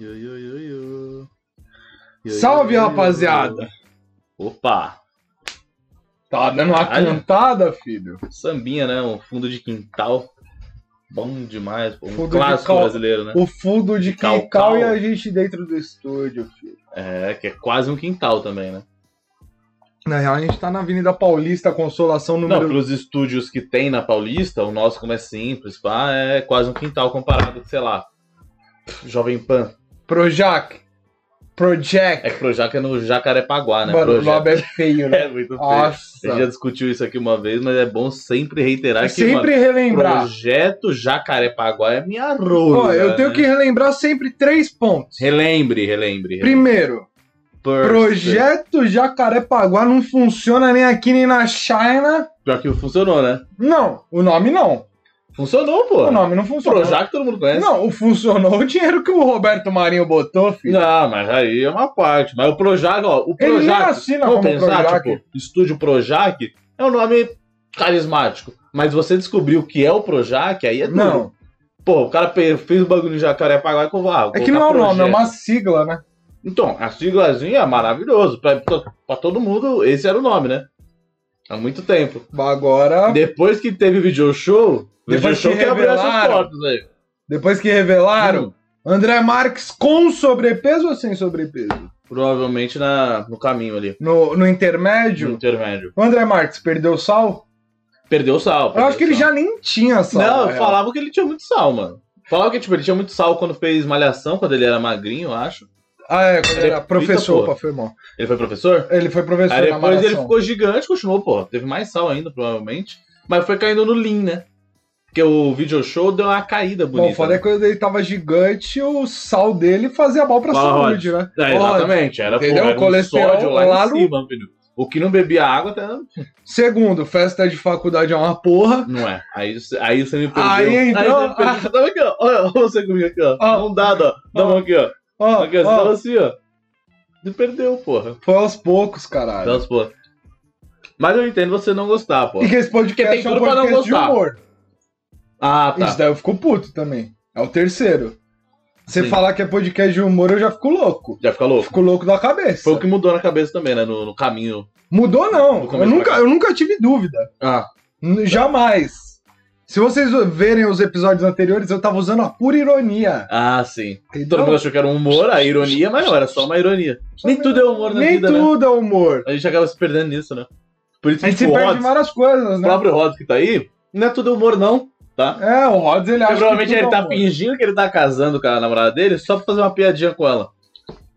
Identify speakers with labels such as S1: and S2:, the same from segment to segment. S1: Yo, yo, yo, yo. Yo,
S2: Salve,
S1: yo, yo, yo.
S2: rapaziada!
S1: Opa!
S2: Tá dando uma
S1: Caralho.
S2: cantada, filho?
S1: Sambinha, né? Um fundo de quintal. Bom demais, pô. Um
S2: Fundo de
S1: clássico
S2: cal-
S1: brasileiro, né?
S2: O fundo de
S1: Cal,
S2: quintal e
S1: cal.
S2: a gente dentro do estúdio, filho.
S1: É, que é quase um quintal também, né?
S2: Na real, a gente tá na Avenida Paulista, Consolação
S1: Não,
S2: número.
S1: pelos estúdios que tem na Paulista, o nosso, como é simples, pá, é quase um quintal comparado, sei lá. Jovem Pan.
S2: Projac. Project.
S1: É que Projac é no Jacarepaguá, né?
S2: Mano, o
S1: Projac.
S2: nome é feio, né?
S1: É muito feio. A gente já
S2: Nossa. É
S1: discutiu isso aqui uma vez, mas é bom sempre reiterar que
S2: Sempre
S1: tá mano,
S2: relembrar.
S1: projeto Jacarepaguá é minha rola.
S2: Ó, eu
S1: né?
S2: tenho que relembrar sempre três pontos.
S1: Relembre, relembre. relembre.
S2: Primeiro,
S1: First.
S2: projeto Jacarepaguá não funciona nem aqui nem na China.
S1: Pior que funcionou, né?
S2: Não, o nome não.
S1: Funcionou, pô.
S2: O nome não funciona.
S1: Projac né? todo mundo conhece.
S2: Não, o funcionou o dinheiro que o Roberto Marinho botou, filho.
S1: Não, mas aí é uma parte. Mas o Projac, ó, o
S2: Ele nem
S1: Projac.
S2: assina
S1: Vamos
S2: como
S1: pensar,
S2: Projac.
S1: tipo, Estúdio Projac é um nome carismático. Mas você descobriu o que é o Projac, aí é duro.
S2: não,
S1: Pô, o cara pe- fez o bagulho de Jacarepaguá e falou, ah, vou
S2: é que não é o
S1: colocar
S2: nome, é
S1: projeto.
S2: uma sigla, né?
S1: Então, a siglazinha é maravilhoso. Pra, pra todo mundo, esse era o nome, né? Há muito tempo.
S2: Agora,
S1: Depois que teve video show, video
S2: Ah. Depois
S1: show
S2: que
S1: que abriu essas
S2: revelaram.
S1: portas aí.
S2: depois que revelaram,
S1: Hum,
S2: André Marques com sobrepeso ou sem sobrepeso?
S1: provavelmente na, no caminho ali.
S2: No, no
S1: No
S2: intermédio,
S1: intermédio.
S2: o André Marques perdeu sal?
S1: Perdeu o sal.
S2: Eu
S1: perdeu
S2: acho que ele
S1: o sal.
S2: já nem tinha sal.
S1: Não,
S2: na real.
S1: falavam que ele tinha muito sal, mano. Falavam que, tipo, ele tinha muito sal quando fez malhação, quando ele era magrinho, eu acho.
S2: Ah, é, quando ele era
S1: Eita,
S2: professor,
S1: porra.
S2: opa, foi mal.
S1: Ele foi professor?
S2: Ele foi professor
S1: Aí
S2: na
S1: depois ele
S2: Malhação.
S1: ficou gigante, continuou, pô. Teve mais sal ainda, provavelmente. Mas foi caindo no Lean, né? Porque o video show deu uma caída bonita.
S2: Bom, foda é
S1: né?
S2: que quando ele tava gigante, o sal dele fazia mal pra
S1: Fala,
S2: saúde, né?
S1: É, exatamente. Era, pô,
S2: Entendeu?
S1: era um
S2: Colesterol
S1: sódio lá,
S2: lá
S1: em
S2: no-
S1: cima, filho. O que não bebia água tá, até
S2: Segundo, festa de faculdade é uma porra.
S1: não é. Aí, você- aí você me perdeu.
S2: Aí, então-
S1: você me perdeu. Tava aqui, ó. Olha, olha você comigo aqui, ó.
S2: Ó.
S1: Não dá, ó. Na mão aqui, ó.
S2: Ó,
S1: Aqui, ó. Você
S2: ó,
S1: tava assim, ó. Você perdeu, porra.
S2: foi aos poucos, caralho.
S1: Então, pô. Mas eu entendo você não gostar, pô.
S2: e que esse podcast
S1: Porque tem
S2: é um
S1: tudo pra não
S2: podcast de
S1: gostar.
S2: humor.
S1: Ah, tá.
S2: Isso daí eu fico puto também. É o terceiro. Você
S1: Sim.
S2: falar que é podcast de humor, eu já fico louco.
S1: Já fica louco.
S2: Fico louco da cabeça.
S1: Foi o que mudou na cabeça também, né? No, no caminho.
S2: Mudou
S1: Do
S2: não. Eu
S1: começo pra
S2: nunca,
S1: cá.
S2: eu nunca tive dúvida.
S1: Ah,
S2: N- Jamais. Se vocês verem os episódios anteriores, eu tava usando a pura ironia. Então,
S1: Ah, sim. Todo
S2: Entendeu?
S1: mundo achou que era um humor, a ironia, mas não, era só uma ironia. Nem tudo é humor na
S2: Nem
S1: vida, né?
S2: tudo é humor.
S1: A gente acaba se perdendo nisso, né? Por isso
S2: A
S1: que
S2: gente se
S1: tipo, o
S2: perde em
S1: Rods,
S2: várias coisas,
S1: o
S2: né?
S1: próprio Rods que tá aí, não é tudo humor, não.
S2: É, o Rods ele acha
S1: Porque
S2: que
S1: provavelmente
S2: tudo
S1: ele tá
S2: é humor.
S1: fingindo que ele tá casando com a namorada dele só pra fazer uma piadinha com ela.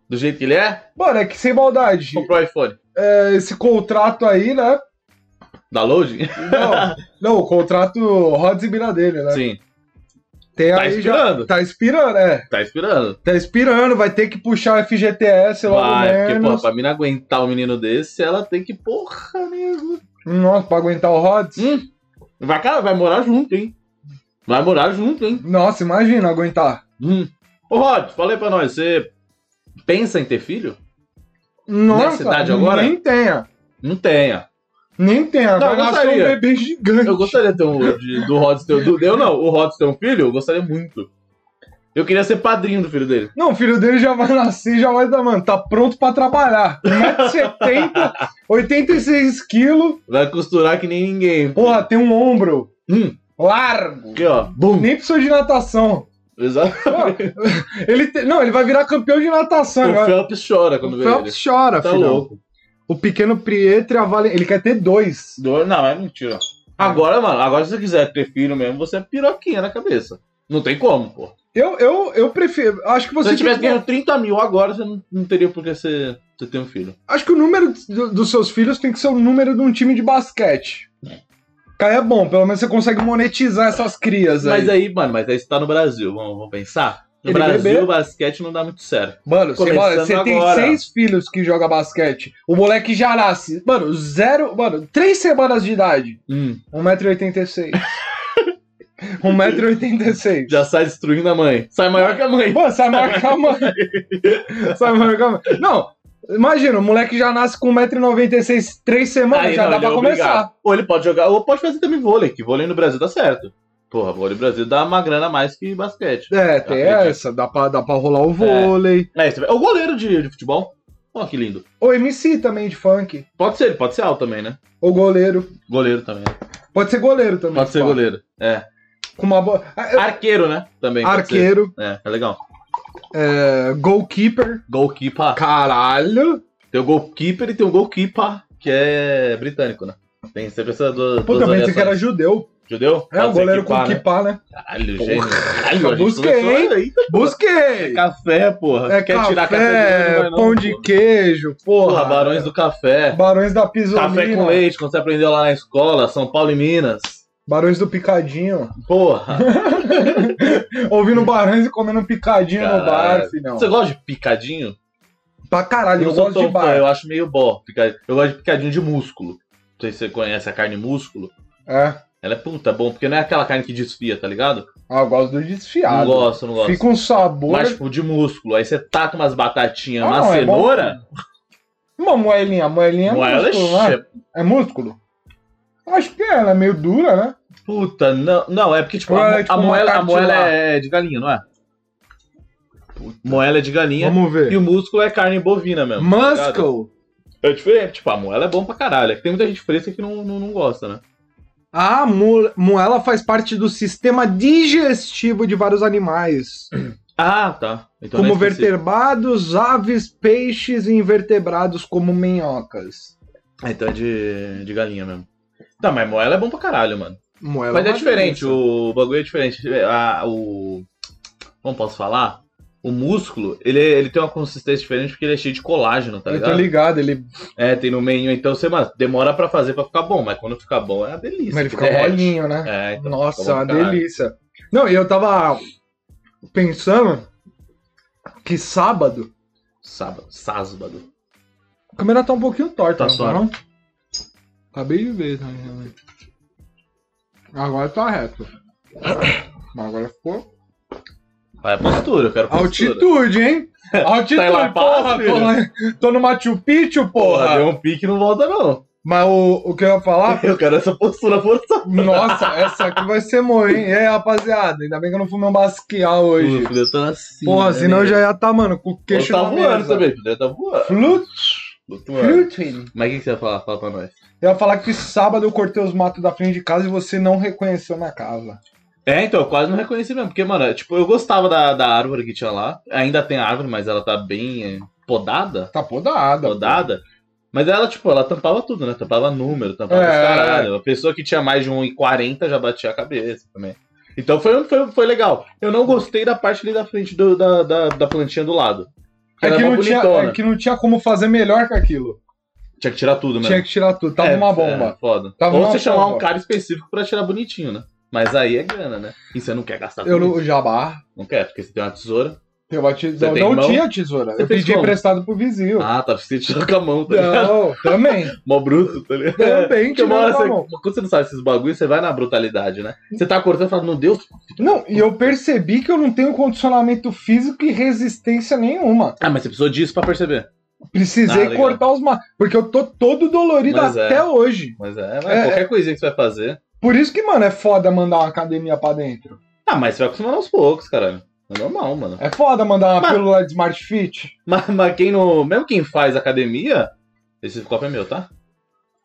S1: Do jeito que ele é,
S2: Mano, é que sem maldade.
S1: comprou o iPhone.
S2: é, esse contrato aí, né?
S1: Da Loading?
S2: Não, não o contrato Rods e Mira dele, né?
S1: Sim.
S2: Tem
S1: Tá
S2: aí
S1: inspirando.
S2: Já, tá inspirando, é.
S1: Tá inspirando.
S2: Tá inspirando, vai ter que puxar o FGTS logo
S1: Vai, porque,
S2: menos.
S1: porra, pra mim não aguentar um menino desse, ela tem que, porra, nego.
S2: Nossa, pra aguentar o Rods.
S1: Hum. Vai, cara, vai morar junto, hein? Vai morar junto, hein?
S2: Nossa, imagina aguentar.
S1: Hum. Ô, Rod, fala aí pra nós, você pensa em ter filho?
S2: Nossa,
S1: cidade agora?
S2: nem tenha.
S1: Não tenha.
S2: Nem tenha.
S1: Não,
S2: vai
S1: eu
S2: nascer um
S1: gostaria.
S2: bebê gigante.
S1: Eu gostaria de ter um, de- do Rod ter do, Eu não, o Rod ter um filho, eu gostaria muito. Eu queria ser padrinho do filho dele.
S2: Não, o filho dele já vai nascer, já vai dar, mano, tá pronto pra trabalhar. 1,70m, 86kg,
S1: Vai costurar que nem ninguém.
S2: porra, tem um ombro
S1: Hum,
S2: largo.
S1: aqui, ó. Bum.
S2: Nem precisou de natação.
S1: Exato.
S2: Pô, ele te- Não, ele vai virar campeão de natação
S1: O
S2: agora.
S1: Phelps chora
S2: O
S1: quando vê ele.
S2: Phelps chora,
S1: Tá
S2: filhão.
S1: louco.
S2: O pequeno Prietre, a Valen... ele quer ter dois.
S1: Dor- Não, é mentira. Agora, mano, agora se você quiser ter filho mesmo, você é piroquinha na cabeça. Não tem como, pô.
S2: Eu, eu, eu prefiro. Acho que
S1: Se
S2: você.
S1: você
S2: tipo,
S1: tivesse
S2: tem que-
S1: ganhando 30 mil agora, você não, não teria por que você, você ter um filho.
S2: Acho que o número do- dos seus filhos tem que ser o número de um time de basquete. Cara, é bom, pelo menos você consegue monetizar essas crias aí.
S1: Mas aí, mano, mas aí você tá no Brasil, vamos, vamos pensar? No
S2: NBB?
S1: Brasil, o basquete não dá muito certo.
S2: Mano, você,
S1: Começando
S2: mano, você tem
S1: agora.
S2: seis filhos que joga basquete. O moleque já nasce. Mano, zero. Mano, três semanas de idade.
S1: Hum.
S2: 1,86m. 1,86m.
S1: já sai destruindo a mãe. Sai maior que a mãe.
S2: Mano, sai maior que a mãe. sai maior que a mãe. Não, imagina, o moleque já nasce com 1,96m, três semanas,
S1: Aí
S2: já
S1: não,
S2: dá
S1: ele
S2: pra
S1: é
S2: começar.
S1: obrigado. Ou ele pode jogar, ou pode fazer também vôlei, que vôlei no Brasil dá certo. Porra, vôlei Brasil dá uma grana a mais que basquete.
S2: É, tem
S1: acredito.
S2: essa, dá pra, dá pra rolar o vôlei.
S1: Tá É, você vê- é o goleiro de, de futebol. Ó, que lindo.
S2: Ou MC também de funk.
S1: Pode ser, ele pode ser alto também, né?
S2: Ou goleiro.
S1: Goleiro também. né?
S2: Pode ser goleiro também.
S1: Pode ser
S2: pá.
S1: goleiro. É.
S2: Com uma boa. Ah,
S1: Arqueiro, né? Também. pode ser.
S2: Arqueiro,
S1: É, é legal.
S2: é, goalkeeper.
S1: Goalkeeper.
S2: Caralho!
S1: Tem o goalkeeper e tem o goalkeeper, que é britânico, né? Tem sempre essas duas.
S2: Pô,
S1: duas
S2: também pensei
S1: variações.
S2: que era judeu.
S1: Judeu?
S2: É, o
S1: Pode ser
S2: goleiro com
S1: equipar, né?
S2: equipar, né?
S1: Caralho,
S2: Porra.
S1: gênio. Caralho, a gente
S2: Busquei,
S1: começou aí.
S2: Busquei!
S1: Café, porra.
S2: É
S1: Quer
S2: café,
S1: tirar café do não vai não,
S2: pão de
S1: porra.
S2: queijo, porra.
S1: Porra, Barões do Café.
S2: Barões da Pisolina.
S1: Café com leite, quando você aprendeu lá na escola, São Paulo e Minas.
S2: Barões do Picadinho.
S1: Porra.
S2: Ah, Ouvindo Barões e comendo um picadinho no
S1: Caralho.
S2: bar, filhão.
S1: Você gosta de picadinho?
S2: Pra caralho, eu,
S1: não sou
S2: gosto de
S1: tão fã,
S2: bar.
S1: eu acho meio bó. Pica- Eu gosto de picadinho de músculo. Não sei se você conhece a carne músculo.
S2: É.
S1: Ela é puta bom, porque não é aquela carne que desfia, tá ligado?
S2: Ah, eu gosto do desfiado.
S1: Não gosto, não gosto.
S2: Fica um sabor.
S1: Mas, tipo, de músculo. Aí você taca umas batatinhas
S2: Ah,
S1: na
S2: não, é bom.
S1: cenoura.
S2: Uma moelinha. A moelinha é
S1: Não, ela é
S2: músculo, né?
S1: che-
S2: É músculo? Acho que é, ela é meio dura, né?
S1: Puta, não. Não, é porque, tipo,
S2: Ou
S1: a,
S2: ela
S1: mo-
S2: é tipo
S1: a
S2: uma
S1: moela, a moela
S2: cartilagem.
S1: é de galinha, não é? Moela é de galinha
S2: Vamos
S1: e
S2: ver. Hum.
S1: o músculo é carne bovina mesmo. tá ligado?
S2: Muscle.
S1: É diferente, tipo, a moela é bom pra caralho. É que tem muita gente fresca que não, não, não gosta, né?
S2: A mo- moela faz parte do sistema digestivo de vários animais,
S1: Ah, tá. Então
S2: como
S1: não é específico.
S2: vertebrados, aves, peixes e invertebrados como minhocas.
S1: Ah, Então é de, de galinha mesmo. Tá, mas moela é bom pra caralho, mano.
S2: Moela
S1: mas é
S2: uma
S1: diferente,
S2: delícia.
S1: o bagulho é diferente. A- o. Como posso falar? O músculo, ele, é, ele tem uma consistência diferente porque ele é cheio de colágeno, tá
S2: Eu tô
S1: ligado?
S2: ligado, ele,
S1: É, tem no meio, então você, mano, demora pra fazer pra ficar bom, mas quando ficar bom é uma delícia.
S2: mas ele
S1: que
S2: fica
S1: derrete.
S2: molinho, né?
S1: É, então.
S2: Nossa,
S1: fica bom
S2: uma
S1: pra caralho.
S2: delícia. Não, e eu tava pensando que sábado.
S1: Sábado, sásbado.
S2: A câmera tá um pouquinho torta,
S1: Tá
S2: não tá
S1: só.
S2: não? Acabei de ver, tá? realmente. Agora tá reto. Mas agora ficou.
S1: Vai a postura, eu quero postura.
S2: Altitude, hein?
S1: Tá em La
S2: Altitude,
S1: Paz,
S2: porra,
S1: filho?
S2: tô, lá- tô no Machu Picchu,
S1: Porra,
S2: porra. Ah,
S1: deu um pique e não volta, não.
S2: Mas o, o que eu ia falar?
S1: Eu quero essa postura forçada.
S2: Nossa, essa aqui vai ser moe, hein? E aí, rapaziada? Ainda bem que eu não fui meu basquear hoje.
S1: Filho, eu tô assim.
S2: Porra,
S1: né,
S2: senão eu
S1: nego?
S2: já ia tá, mano, com o queixo
S1: Ou tá
S2: na
S1: voando
S2: mesa.
S1: também, filho, tá voando.
S2: Flut,
S1: Flutuando.
S2: flutin.
S1: Mas o que, que você vai falar? Fala pra nós.
S2: Eu ia falar que sábado eu cortei os matos da frente de casa e você não reconheceu minha casa.
S1: É, então, eu quase não reconheci mesmo, porque, mano, tipo, eu gostava da, da árvore que tinha lá. Ainda tem a árvore, mas ela tá bem é, podada.
S2: Tá podada.
S1: Podada. Mas ela, tipo, ela tampava tudo, né? Tampava número, tampava
S2: É.
S1: os caralho. A pessoa que tinha mais de 1,40 já batia a cabeça também. Então foi, foi, foi legal. Eu não gostei da parte ali da frente do- da, da, da plantinha do lado.
S2: É
S1: Era
S2: que,
S1: mó
S2: não tinha,
S1: bonitona.
S2: é que não tinha como fazer melhor que aquilo.
S1: Tinha que tirar tudo, né?
S2: Tinha que tirar tudo. Tava
S1: É,
S2: uma bomba.
S1: É, foda.
S2: Tava
S1: Ou
S2: uma
S1: você chamar
S2: bomba.
S1: um cara específico pra tirar bonitinho, né? Mas aí é grana, né? E você não quer gastar
S2: Eu
S1: tudo
S2: não,
S1: isso.
S2: o jabá.
S1: Não quer, porque você tem uma tesoura.
S2: Eu bati,
S1: Você
S2: não,
S1: tem
S2: não
S1: mão?
S2: tinha tesoura.
S1: Você
S2: eu
S1: fez
S2: pedi
S1: como?
S2: emprestado pro vizinho.
S1: Ah, tá. Você tirou com a mão, tá ligado?
S2: não, também.
S1: Mó bruto, tá ligado?
S2: Também
S1: Porque
S2: tirou
S1: uma hora
S2: na
S1: você-
S2: mão.
S1: quando você não sabe esses bagulhos, você vai na brutalidade, né?
S2: Hum.
S1: Você tá cortando e fala, meu Deus.
S2: Não, e eu percebi que eu não tenho condicionamento físico e resistência nenhuma.
S1: Ah, mas você precisou disso pra perceber.
S2: Precisei
S1: Ah, legal.
S2: cortar os matos. Porque eu tô todo dolorido
S1: Mas é.
S2: até hoje.
S1: Mas é, vai,
S2: É,
S1: qualquer coisinha que você vai fazer.
S2: Por isso que, mano, é foda mandar uma academia pra dentro.
S1: Ah, mas você vai acostumando aos poucos, caralho. É normal, mano.
S2: É foda mandar uma
S1: Mas-
S2: pílula de Smart Fit.
S1: Mas, mas quem não. Mesmo quem faz academia. Esse copo é meu, tá?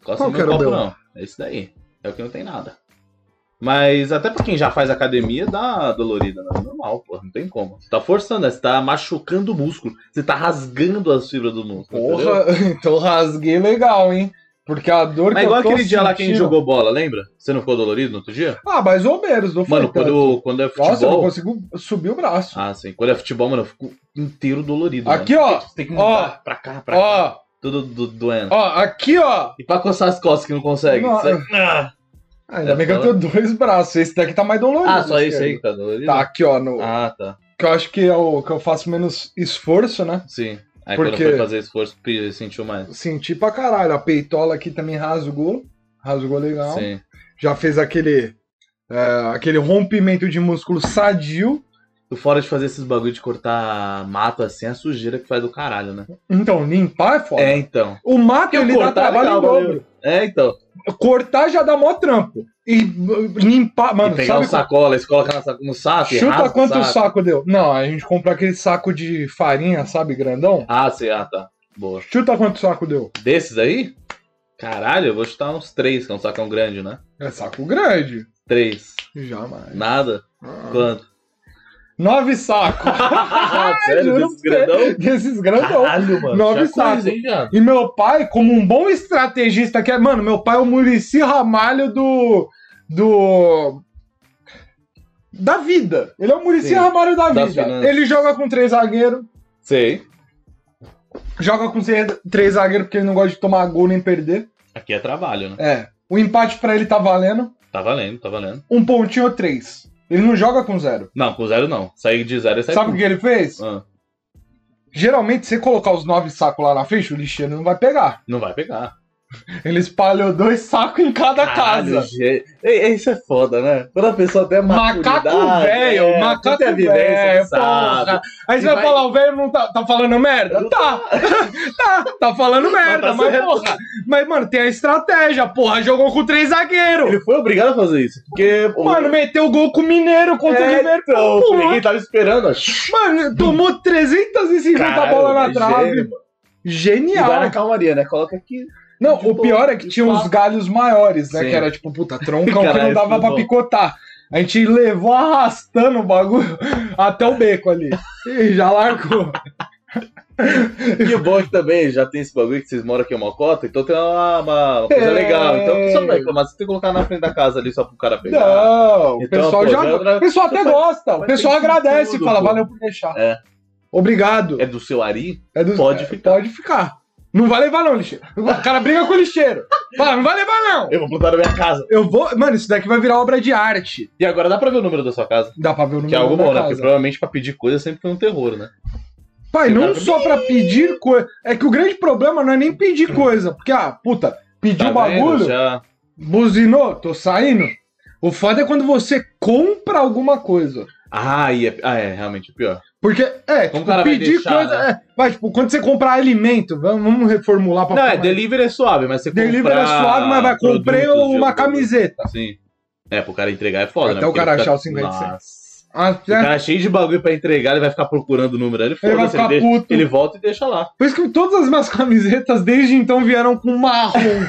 S1: Costa
S2: Qual
S1: no
S2: que
S1: meu
S2: era o
S1: copo,
S2: meu?
S1: não. É esse daí. É o que não tem nada. Mas até pra quem já faz academia, dá dolorida, né? Normal, pô. Não tem como. Você tá forçando, né? Você tá machucando o músculo. Você tá rasgando as fibras do músculo. entendeu?
S2: Porra, então rasguei legal, hein? Porque a dor
S1: Mas
S2: que
S1: igual
S2: eu tô
S1: aquele dia lá que a gente
S2: sentindo-
S1: jogou bola, lembra? Você não ficou dolorido no outro dia?
S2: Ah, mais ou menos, não foi
S1: Mano,
S2: tanto.
S1: quando, quando é futebol.
S2: Nossa, eu não consigo subir o braço.
S1: Ah, sim. Quando é futebol, mano, eu fico inteiro dolorido. mano.
S2: Aqui, ó.
S1: Você tem que
S2: Ó.
S1: mudar pra cá, pra cá.
S2: Ó,
S1: Tudo do, doendo.
S2: ó, aqui, ó.
S1: E pra coçar as costas que não consegue?
S2: Não.
S1: Sai- Ah,
S2: Ainda
S1: É
S2: bem que eu
S1: foda.
S2: tenho dois braços. Esse daqui tá mais dolorido.
S1: Ah, só esse
S2: esquerdo.
S1: aí que tá dolorido?
S2: Tá aqui, ó. No,
S1: Ah, tá.
S2: Que eu acho que é o que eu faço menos esforço, né?
S1: Sim. Aí
S2: Por
S1: quando
S2: quê?
S1: foi fazer esforço, pi- sentiu mais.
S2: Senti pra caralho. A peitola aqui também rasgou. Rasgou legal.
S1: Sim.
S2: Já fez aquele. é, aquele rompimento de músculo sadio.
S1: Tu fora de fazer esses bagulho de cortar mato assim, a sujeira que faz do caralho, né?
S2: Então, limpar é foda.
S1: É, então.
S2: O mato,
S1: Porque o
S2: ele dá
S1: cortar é
S2: trabalho em
S1: legal,
S2: dobro.
S1: É, então.
S2: cortar já dá mó trampo. E uh, limpar, mano,
S1: e pegar
S2: sabe
S1: o sacola, você coloca na sa- no saco e rasga
S2: Chuta
S1: o
S2: quanto
S1: saco.
S2: o saco deu. Não, a gente comprou aquele saco de farinha, sabe, grandão.
S1: Ah, sim, ah, tá. Boa.
S2: Chuta quanto o saco deu.
S1: Desses aí? Caralho, eu vou chutar uns três, que é um sacão grande, né?
S2: É saco grande.
S1: Três.
S2: Jamais.
S1: Nada? Quanto?
S2: Nove sacos.
S1: Sério,
S2: Ah, juro
S1: desses
S2: pra você.
S1: grandão?
S2: Desses grandão.
S1: Caralho, mano.
S2: Nove
S1: já coisa,
S2: sacos.
S1: hein, viado?
S2: E meu pai, como um bom estrategista que é, mano, meu pai é o Murici Ramalho do. do. da vida. Ele é o Murici
S1: Sim,
S2: Ramalho da
S1: das
S2: vida.
S1: finanças.
S2: Ele joga com três zagueiros,
S1: Sei.
S2: joga com três- três zagueiros porque ele não gosta de tomar gol nem perder.
S1: Aqui é trabalho, né?
S2: É. O empate pra ele tá valendo.
S1: Tá valendo, tá valendo.
S2: Um pontinho ou três. Ele não joga com zero.
S1: Não, com zero não. Sair de zero é sair
S2: Sabe o que ele fez?
S1: Ah,
S2: Geralmente, se você colocar os nove sacos lá na frente, o lixeiro não vai pegar.
S1: não vai pegar.
S2: Ele espalhou dois sacos em cada
S1: Caralho,
S2: Tá casa.
S1: ge- Ei, Isso é foda, né? Quando a pessoa é, tem
S2: Macaco velho, macaco velho, porra. Aí você
S1: E
S2: vai,
S1: vai-
S2: falar, o velho não tá, tá falando merda?
S1: Não
S2: Tá, tá, tá falando merda,
S1: tá
S2: mas
S1: certo.
S2: porra. Mas, mano, tem a estratégia, porra, jogou com três zagueiros.
S1: Ele foi obrigado a fazer isso, porque... o-
S2: Mano, meteu gol com o Mineiro contra o
S1: É,
S2: River.
S1: então,
S2: Pô,
S1: ninguém tava esperando. ó.
S2: Mano, tomou 350
S1: Caralho,
S2: tá bola na
S1: é
S2: trave.
S1: gênio, E vai
S2: Genial.
S1: na calmaria, né? Coloca aqui.
S2: Não,
S1: de
S2: o
S1: boa,
S2: pior é que
S1: de
S2: tinha uns
S1: fato.
S2: galhos maiores, né?
S1: Sim.
S2: Que era tipo, puta, troncão que
S1: Caralho,
S2: não dava
S1: isso
S2: pra
S1: é bom.
S2: picotar. A gente levou arrastando o bagulho até o beco ali. E já largou.
S1: E o bom é que também já tem esse bagulho que vocês moram aqui em Mocota, então tem uma, uma- uma coisa
S2: É.
S1: legal. Então a pessoa não vai reclamar, você tem que colocar na frente da casa ali só pro cara pegar.
S2: Não, o
S1: Então,
S2: pessoal
S1: pô,
S2: já.
S1: já era-
S2: O pessoal até
S1: Então,
S2: gosta. O
S1: mas
S2: pessoal é
S1: tem que
S2: agradece
S1: tudo,
S2: e fala,
S1: pô.
S2: valeu por deixar.
S1: É.
S2: Obrigado.
S1: É do seu Ari?
S2: É do-
S1: pode
S2: é,
S1: ficar.
S2: Pode ficar. Não vai levar, não, lixeiro. O cara briga com o lixeiro. Fala, não vai levar, não.
S1: Eu vou plantar na minha casa.
S2: Eu vou. Mano, isso daqui vai virar obra de arte.
S1: E agora dá pra ver o número da sua casa.
S2: Dá pra ver o número
S1: Que é algo
S2: da
S1: bom, né? Porque
S2: casa.
S1: provavelmente pra pedir coisa sempre foi um terror, né?
S2: Pai, não
S1: Cara,
S2: só pra pedir coisa. É que o grande problema não é nem pedir coisa. Porque, ah, puta, pediu
S1: Tá
S2: o
S1: vendo?
S2: bagulho,
S1: Já...
S2: buzinou, tô saindo. O foda é quando você compra alguma coisa.
S1: Ah, e é... ah, é realmente o pior.
S2: Porque, é,
S1: Como o
S2: tipo,
S1: cara vai
S2: pedir
S1: deixar,
S2: coisa.
S1: né?
S2: É, mas, tipo, quando você comprar alimento, vamos, vamos reformular pra
S1: Não, é,
S2: ficar mais-
S1: delivery é suave, mas você
S2: Delivery
S1: comprar
S2: é suave, mas vai.
S1: produtos
S2: Comprei
S1: de
S2: uma
S1: algum-
S2: camiseta.
S1: Sim. É, pro cara entregar é foda,
S2: Até
S1: né?
S2: o
S1: Porque
S2: cara
S1: ele
S2: achar os 50 centavos.
S1: Nossa.
S2: Ah,
S1: O cara é cheio de bagulho pra entregar, ele vai ficar procurando o número. Ele,
S2: Ele vai
S1: foda-se, ele,
S2: ficar
S1: deixa-
S2: puto.
S1: ele volta e deixa lá.
S2: Por isso que todas as minhas camisetas desde então vieram com marrom.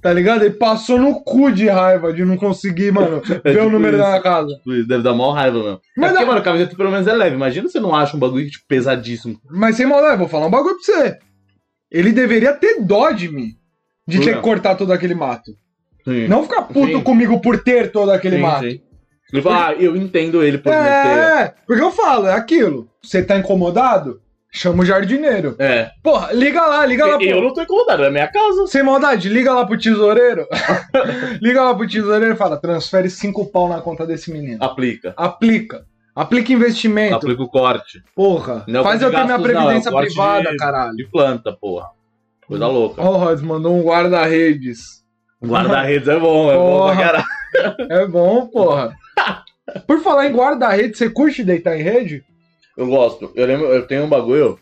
S2: tá ligado? Ele passou no cu de raiva de não conseguir, mano, ver o
S1: tipo
S2: número
S1: isso.
S2: da casa.
S1: Tipo, Deve dar maior raiva mesmo.
S2: Mas
S1: é porque,
S2: dá-
S1: mano, a camiseta pelo menos é leve. Imagina você não acha um bagulho tipo, pesadíssimo.
S2: Mas sem maldade, eu vou falar um bagulho pra você. Ele deveria ter dó de mim. De ter
S1: Jura?
S2: que cortar todo aquele mato.
S1: Sim.
S2: Não ficar puto
S1: Sim.
S2: comigo por ter todo aquele
S1: Sim,
S2: mato.
S1: sim. Ele fala, ah, eu entendo ele por não
S2: É, porque eu falo, é aquilo. Você tá incomodado? Chama o jardineiro.
S1: ter. É.
S2: Porra, liga lá, liga lá pro.
S1: Eu não tô incomodado, é minha casa.
S2: Sem maldade, liga lá pro tesoureiro. liga lá pro tesoureiro e fala: transfere cinco pau na conta desse menino.
S1: Aplica.
S2: Aplica. Aplica investimento.
S1: Aplica o corte.
S2: Porra.
S1: Não é o
S2: Faz
S1: corte
S2: eu
S1: de
S2: ter
S1: gastos, não,
S2: minha
S1: é o
S2: previdência
S1: corte
S2: privada,
S1: de-
S2: caralho.
S1: De planta, porra. Coisa louca.
S2: Ó, o Rods mandou um guarda-redes.
S1: Guarda-redes é bom, é bom pra
S2: Porra.
S1: caralho.
S2: É bom, porra. Por falar em guarda-redes, você curte deitar em rede?
S1: Eu gosto. Eu lembro, eu tenho um bagulho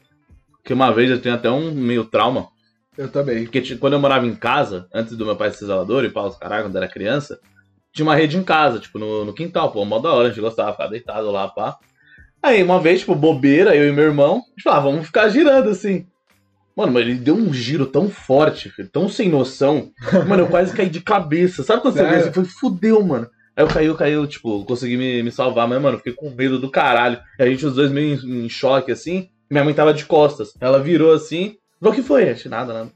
S1: que uma vez eu tenho até um meio trauma.
S2: Eu também.
S1: Porque ti- quando eu morava em casa, antes do meu pai ser zelador e pau, os caralho, quando eu era criança, tinha uma rede em casa, tipo, no, no quintal, pô, mó da hora, a gente gostava, ficava deitado lá, pá. Aí, uma vez, tipo, bobeira, eu e meu irmão, a gente falou, ah, vamos ficar girando assim. Mano, mas ele deu um giro tão forte, filho, tão sem noção. Mano, eu quase caí de cabeça. Sabe quando você vê
S2: Sério?
S1: assim? Foi fudeu, mano. Aí eu caí, eu caí, eu, tipo, consegui me, me salvar, mas, mano, eu fiquei com medo do caralho. E a gente, os dois meio em, em choque, assim. Minha mãe tava de costas. Ela virou assim. Falou, o que foi? Acho que nada, nada.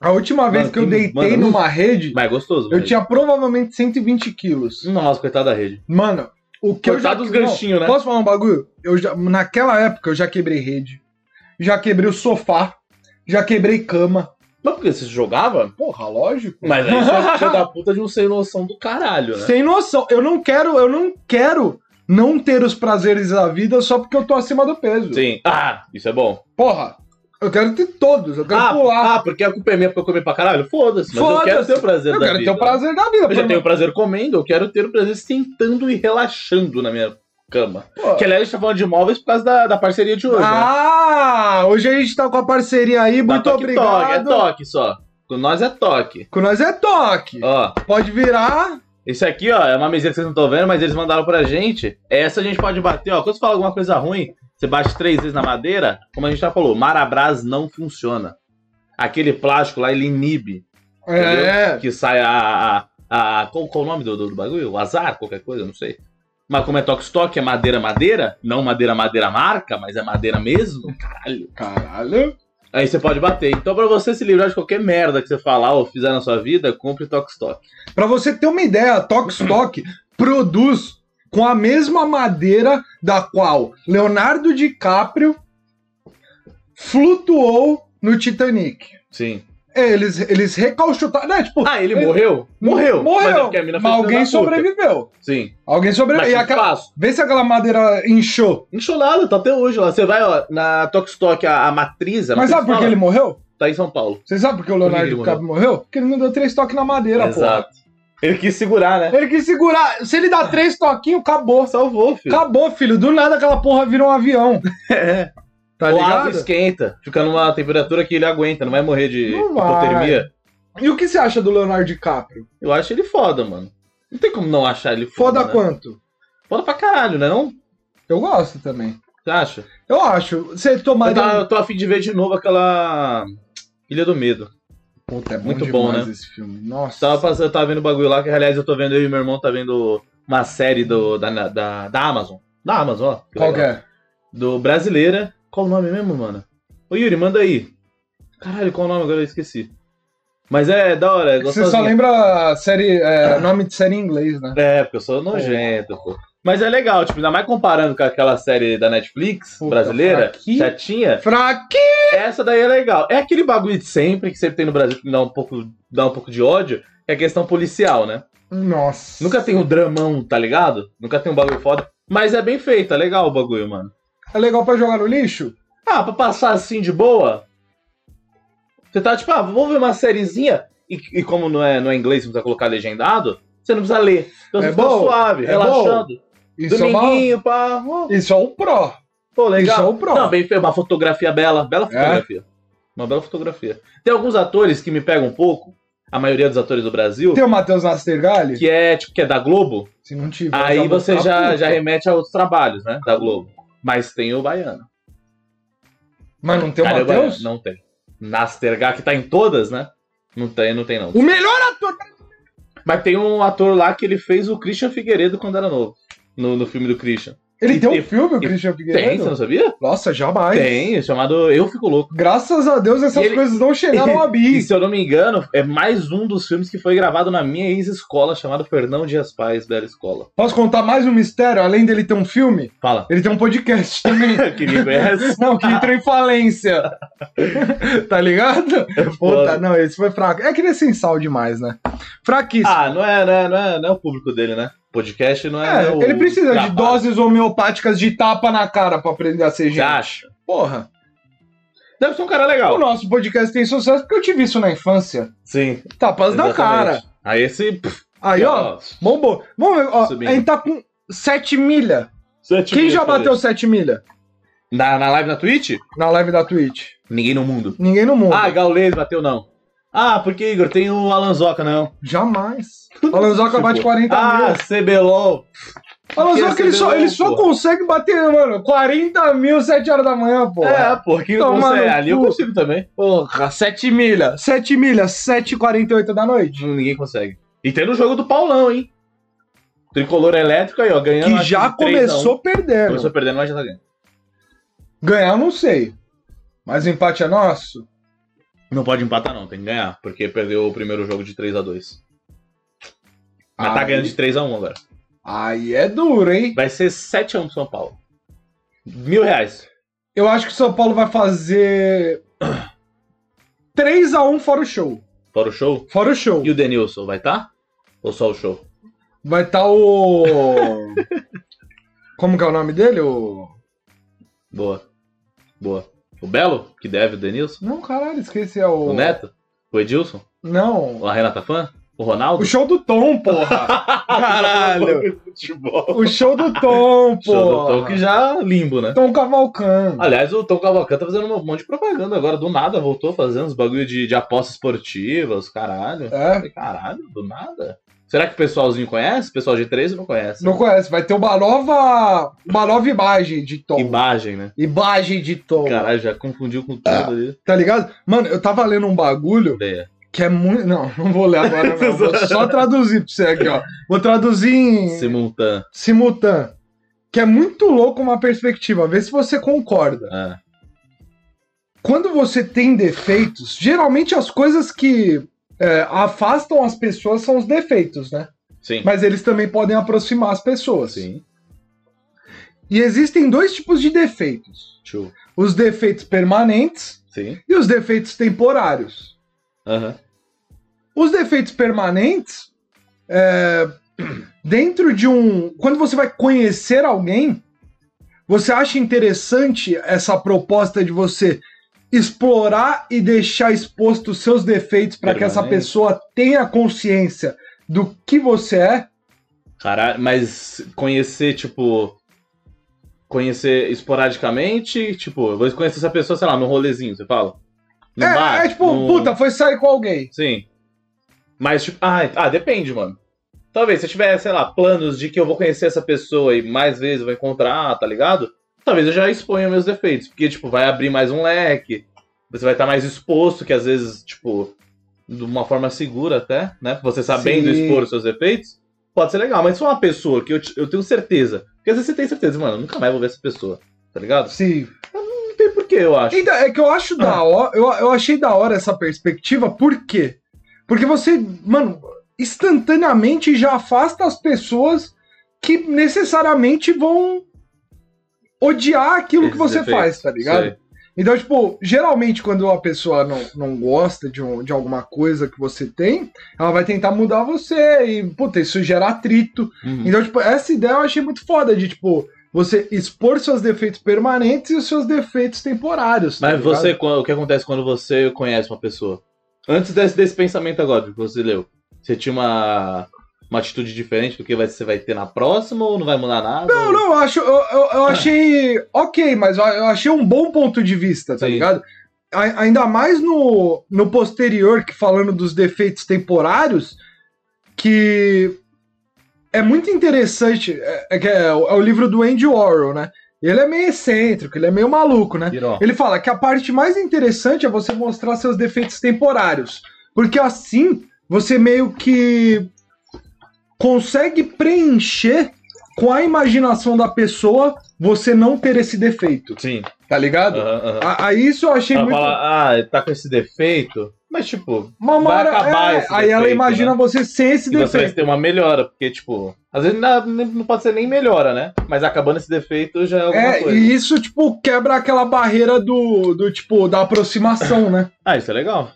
S2: A última vez
S1: Mano,
S2: que eu
S1: que-
S2: deitei
S1: mano,
S2: numa rede,
S1: Mas é gostoso.
S2: eu
S1: mano.
S2: tinha provavelmente 120 quilos.
S1: Nossa, coitado da rede.
S2: Mano, o que
S1: Coitado
S2: eu
S1: dos
S2: já... Não,
S1: ganchinhos, né?
S2: Posso falar um bagulho? Eu já... Naquela época eu já quebrei rede, já quebrei o sofá, já quebrei cama.
S1: Mas porque você jogava?
S2: Porra, lógico.
S1: Mas aí você é filho da puta de um sem noção do caralho, né?
S2: Sem noção. Eu não quero, eu não quero não ter os prazeres da vida só porque eu tô acima do peso.
S1: Sim. Ah, isso é bom.
S2: Porra, eu quero ter todos, eu quero
S1: Ah,
S2: pular.
S1: ah, porque a culpa é minha porque eu comi pra caralho? Foda-se, mas eu
S2: Foda-se.
S1: quero ter o prazer
S2: Eu
S1: da
S2: quero
S1: vida.
S2: ter o prazer da vida.
S1: Eu já
S2: pelo
S1: tenho prazer comendo, eu quero ter o prazer sentando e relaxando na minha cama.
S2: Pô.
S1: Que aliás, a gente tá falando de imóveis por causa da, da parceria de hoje, né?
S2: Ah, hoje Ah, a gente tá com a parceria aí,
S1: Da
S2: muito
S1: Toque Toque, é
S2: obrigado.
S1: toque só. Com nós é toque.
S2: Com nós é toque.
S1: Ó,
S2: Pode virar.
S1: isso aqui, ó, é uma mesinha que vocês não estão vendo, mas eles mandaram pra gente. Essa a gente pode bater, ó. Quando você fala alguma coisa ruim, você bate três vezes na madeira, como a gente já falou, Marabras não funciona. Aquele plástico lá, ele inibe.
S2: É.
S1: Que sai a. a, a- qual, qual o nome do, do, do bagulho? O azar, qualquer coisa, não sei. Mas como é toque-toque, é madeira, madeira. Não madeira, madeira marca, mas é madeira mesmo. Caralho.
S2: Caralho.
S1: Aí você pode bater. Então, pra você se livrar de qualquer merda que você falar ou fizer na sua vida, compre Tox-Tox.
S2: Pra você ter uma ideia, a Tokstok produz com a mesma madeira da qual Leonardo DiCaprio flutuou no Titanic.
S1: Sim.
S2: É, eles, eles recauchutaram. Né, tipo,
S1: Ah, ele morreu? Morreu. Mas, é
S2: Morreu.
S1: porque a mina
S2: Mas,
S1: foi filha
S2: alguém
S1: da puta.
S2: sobreviveu.
S1: Sim.
S2: Alguém
S1: Mas
S2: sobreviveu. E
S1: que
S2: aquela-
S1: espaço.
S2: Vê se aquela madeira inchou.
S1: Não chorou nada, tá até hoje lá. Você vai, ó, na Tox-Tox, a, a matriz... é A matriz
S2: Mas sabe por que
S1: fala,
S2: ele morreu?
S1: Tá em São Paulo.
S2: Você sabe por que o
S1: que
S2: Leonardo
S1: ele morreu?
S2: DiCaprio morreu? Porque ele não deu três toques na madeira, pô.
S1: Ele quis segurar, né?
S2: Ele quis segurar. Se ele dá três toquinhos, acabou.
S1: Salvou, filho.
S2: Acabou, filho. Do nada aquela porra vira um avião.
S1: É.
S2: Tá
S1: o ar
S2: ligado?
S1: esquenta, fica numa temperatura que ele aguenta, não vai morrer de
S2: Não vai.
S1: hipotermia.
S2: E o que você acha do Leonardo DiCaprio?
S1: Eu acho ele foda, mano. Não tem como não achar ele foda.
S2: Foda
S1: né?
S2: quanto?
S1: Foda pra caralho, né? Não?
S2: Eu gosto também.
S1: Você acha?
S2: Eu acho. Você
S1: Eu,
S2: tomaria.
S1: tava- eu tô afim de ver de novo aquela. Ilha do Medo.
S2: Puta, é
S1: Muito bom,
S2: demais esse filme.
S1: Eu
S2: Nossa.
S1: Tava, passando, eu tava vendo o bagulho lá, que aliás eu tô vendo, eu e meu irmão tá vendo uma série do, da, da, da Amazon. Da Amazon, ó.
S2: Qual que
S1: legal.
S2: é?
S1: Do Brasileira. Qual o nome mesmo, mano? Ô Yuri, manda aí. Caralho, qual o nome agora? Eu esqueci. Mas é da hora, é
S2: Você só
S1: gostosinha.
S2: lembra a série, é, nome de série em inglês, né?
S1: É, porque eu sou nojento, pô. Mas é legal, tipo, ainda mais comparando com aquela série da Netflix
S2: Puta,
S1: brasileira,
S2: fraquinho.
S1: chatinha,
S2: Fraque!
S1: essa daí é legal. É aquele bagulho de sempre, que sempre tem no Brasil, que dá um pouco, dá um pouco de ódio, que é a questão policial, né?
S2: Nossa.
S1: Nunca tem um dramão, tá ligado? Nunca tem um bagulho foda, mas é bem feito, é legal o bagulho, mano.
S2: É legal pra jogar no lixo?
S1: Ah, pra passar assim de boa, você tá tipo, ah, vou ver uma sériezinha, e, e como não é, não é inglês, não precisa colocar legendado, você não precisa ler. Então
S2: É
S1: você fica
S2: bom,
S1: suave,
S2: é
S1: relaxando.
S2: Isso é, uma...
S1: Dominguinho, pá. ó.
S2: Isso é um pró.
S1: Pô, legal.
S2: Isso é o pró. É?
S1: Não, bem feio, uma fotografia bela. Bela fotografia. Uma bela fotografia. Tem alguns atores que me pegam um pouco, a maioria dos atores do Brasil,
S2: Tem o Matheus Nastergalli?
S1: que é tipo, que é da Globo.
S2: Se não tiver. eu
S1: aí
S2: vou
S1: você
S2: ficar
S1: já,
S2: puto.
S1: já remete a outros trabalhos, né? Da Globo. Mas tem o Baiano.
S2: Mas não tem o
S1: Cara, é Baiano.
S2: Matheus?
S1: Não tem. Nastergar, que tá em todas, né? Não tem, não tem, não.
S2: O melhor ator.
S1: Mas tem um ator lá que ele fez o Christian Figueiredo quando era novo. No, no filme do Christian.
S2: Ele
S1: E
S2: tem um
S1: tem-
S2: filme, o
S1: e
S2: Christian
S1: Tem, você
S2: Figueiredo?
S1: não sabia?
S2: Nossa, jamais.
S1: Tem, é chamado Eu Fico Louco.
S2: Graças a Deus essas
S1: E ele-
S2: coisas não chegaram a
S1: E
S2: mim.
S1: se eu não me engano, é mais um dos filmes que foi gravado na minha ex-escola, chamado Fernão Dias Paz, Bela Escola.
S2: Posso contar mais um mistério? Além dele ter um filme,
S1: Fala.
S2: ele tem um podcast também.
S1: que me conhece?
S2: não, que entrou em falência. tá ligado? Puta,
S1: é foda.
S2: não, esse foi fraco. É que ele é sem sal demais, né? Fraquíssimo.
S1: Ah, não é, não é, não é, não é o público dele, né? Podcast não é.
S2: É,
S1: o-
S2: ele precisa de
S1: rapaz.
S2: doses homeopáticas de tapa na cara pra aprender a ser
S1: Você
S2: gente.
S1: acha?
S2: Porra.
S1: Deve ser um cara
S2: O
S1: legal.
S2: nosso podcast tem sucesso porque eu tive isso na infância.
S1: Sim.
S2: Tapas na
S1: exatamente.
S2: cara.
S1: Aí esse. pff,
S2: Aí, ó, bombou. Vamos ver, ó,
S1: Subindo.
S2: a gente tá com 7 milha.
S1: sete
S2: Quem
S1: mil,
S2: já
S1: eu falei.
S2: bateu 7 milha
S1: Na, na live na Twitch?
S2: na live da Twitch?
S1: Ninguém no mundo.
S2: Ninguém no mundo.
S1: Ah, Gaules bateu não. Ah, porque Igor tem o Alanzoca, não.
S2: Jamais. Alanzoca bate 40
S1: ah,
S2: mil.
S1: CBLOL.
S2: Alanzoca, é ele só,
S1: recebeu,
S2: ele só
S1: é pô.
S2: consegue bater, mano, 40 mil 7 horas da manhã, pô.
S1: É, pô, que
S2: Toma
S1: você
S2: no
S1: ali eu
S2: cu.
S1: consigo também.
S2: Porra, 7 milha. 7 milha, 7h48 da noite.
S1: Ninguém consegue. E tem no jogo do Paulão, hein? Tricolor elétrico aí, ó, ganhando.
S2: Que
S1: acho
S2: já
S1: de três a um.
S2: começou perdendo.
S1: Começou perdendo, mas já tá ganhando.
S2: Ganhar, eu não sei. Mas o empate é nosso?
S1: Não pode empatar, não, tem que ganhar, porque perdeu o primeiro jogo de 3x2. Mas tá
S2: Aí-
S1: ganhando de 3x1 agora.
S2: Aí é duro, hein?
S1: Vai ser 7x1 pro São Paulo. Mil reais.
S2: Eu acho que o São Paulo vai fazer 3x1 fora o show.
S1: Fora o show.
S2: Fora o show.
S1: E o Denilson, vai tá? Ou só o show?
S2: Vai estar o. Como que é o nome dele? O...
S1: Boa. Boa. O Belo, que deve o Denilson.
S2: Não, caralho, esqueci. É o.
S1: O Neto. O Edilson.
S2: Não.
S1: A Renata Fã. O Ronaldo?
S2: O show do Tom, porra. Caralho.
S1: Futebol.
S2: O show do Tom,
S1: Show do
S2: porra.
S1: Tom que já limbo, né?
S2: Tom Cavalcante.
S1: Aliás, o Tom Cavalcante tá fazendo um monte de propaganda agora, do nada, voltou fazendo os bagulho de, de aposta esportiva, os caralho.
S2: É.
S1: Falei, Caralho, do nada. Será que o pessoalzinho conhece? O pessoal de 13 não conhece.
S2: Não conhece, vai ter uma nova, uma nova imagem de Tom.
S1: Imagem, né?
S2: Imagem de Tom.
S1: Caralho, já confundiu com tudo
S2: Ah.
S1: ali.
S2: Tá ligado? Mano, eu tava lendo um bagulho
S1: Ideia.
S2: que é muito. Não, não vou ler agora, não. Vou só traduzir pra você aqui, ó. Vou traduzir em
S1: Simultan.
S2: simultâneo. Que é muito louco uma perspectiva. Vê se você concorda.
S1: Ah,
S2: Quando você tem defeitos, geralmente as coisas que é, afastam as pessoas são os defeitos, né?
S1: Sim.
S2: Mas eles também podem aproximar as pessoas.
S1: Sim.
S2: E existem dois tipos de defeitos:
S1: Tio.
S2: os defeitos permanentes
S1: Sim.
S2: e os defeitos temporários.
S1: Aham.
S2: Os defeitos permanentes, é, dentro de um. Quando você vai conhecer alguém, você acha interessante essa proposta de você explorar e deixar exposto os seus defeitos para que essa
S1: Permanente.
S2: pessoa tenha consciência do que você é?
S1: Caralho, mas conhecer, tipo. Conhecer esporadicamente, tipo, eu vou conhecer essa pessoa, sei lá, no rolezinho, você fala? No
S2: é,
S1: bar,
S2: é tipo,
S1: no-
S2: puta, foi sair com alguém.
S1: Sim. Mas, tipo, ah, ah, depende, mano. Talvez se eu tiver, sei lá, planos de que eu vou conhecer essa pessoa e mais vezes eu vou encontrar, tá ligado? Talvez eu já exponha meus defeitos, porque, tipo, vai abrir mais um leque, você vai estar mais exposto, que às vezes, tipo, de uma forma segura até, né? Você sabendo
S2: Sim.
S1: expor os seus defeitos, pode ser legal, mas se for uma pessoa que eu, te- eu tenho certeza, porque às vezes você tem certeza, mano, eu nunca mais vou ver essa pessoa, tá ligado?
S2: Sim.
S1: Não tem porquê, eu acho. Ah.
S2: Então, é que eu acho da hora, eu, eu achei da hora essa perspectiva, por quê? Porque você, mano, instantaneamente já afasta as pessoas que necessariamente vão odiar aquilo que
S1: Esses
S2: você
S1: defeitos,
S2: faz, tá ligado?
S1: Sei.
S2: Então, tipo, geralmente quando uma pessoa não, não gosta de, um- de alguma coisa que você tem, ela vai tentar mudar você e, puta, isso gera atrito.
S1: Uhum.
S2: Então, tipo, essa ideia eu achei muito foda de, tipo, você expor seus defeitos permanentes e os seus defeitos temporários. tá
S1: Mas
S2: ligado?
S1: você, quando- o que acontece quando você conhece uma pessoa? Antes desse, desse pensamento agora que você leu, você tinha uma, uma atitude diferente do que vai- você vai ter na próxima ou não vai mudar nada?
S2: Não, não, eu, acho, eu, eu, eu achei ok, mas eu- eu achei um bom ponto de vista, tá
S1: Sim.
S2: ligado? A- ainda mais no, no posterior, que falando dos defeitos temporários, que é muito interessante, é, é que é, o- é o livro do Andy Warhol, né? Ele é meio excêntrico, ele é meio maluco, né?
S1: Virou.
S2: Ele fala que a parte mais interessante é você mostrar seus defeitos temporários. Porque assim você meio que consegue preencher com a imaginação da pessoa você não ter esse defeito,
S1: Sim.
S2: tá ligado?
S1: Aham, aham.
S2: A- Aí isso eu achei
S1: Ela
S2: muito.
S1: fala, ah, ele tá com esse defeito, mas tipo,
S2: Uma
S1: vai
S2: hora-
S1: acabar
S2: é,
S1: esse
S2: aí
S1: defeito,
S2: ela
S1: né?
S2: imagina você sem esse
S1: e você vai
S2: defeito.
S1: ter uma melhora, porque tipo, às vezes não, não pode ser nem melhora, né? Mas acabando esse defeito já é alguma
S2: É,
S1: coisa.
S2: e isso, tipo, quebra aquela barreira do, do tipo, da aproximação, né?
S1: Ah, isso é legal.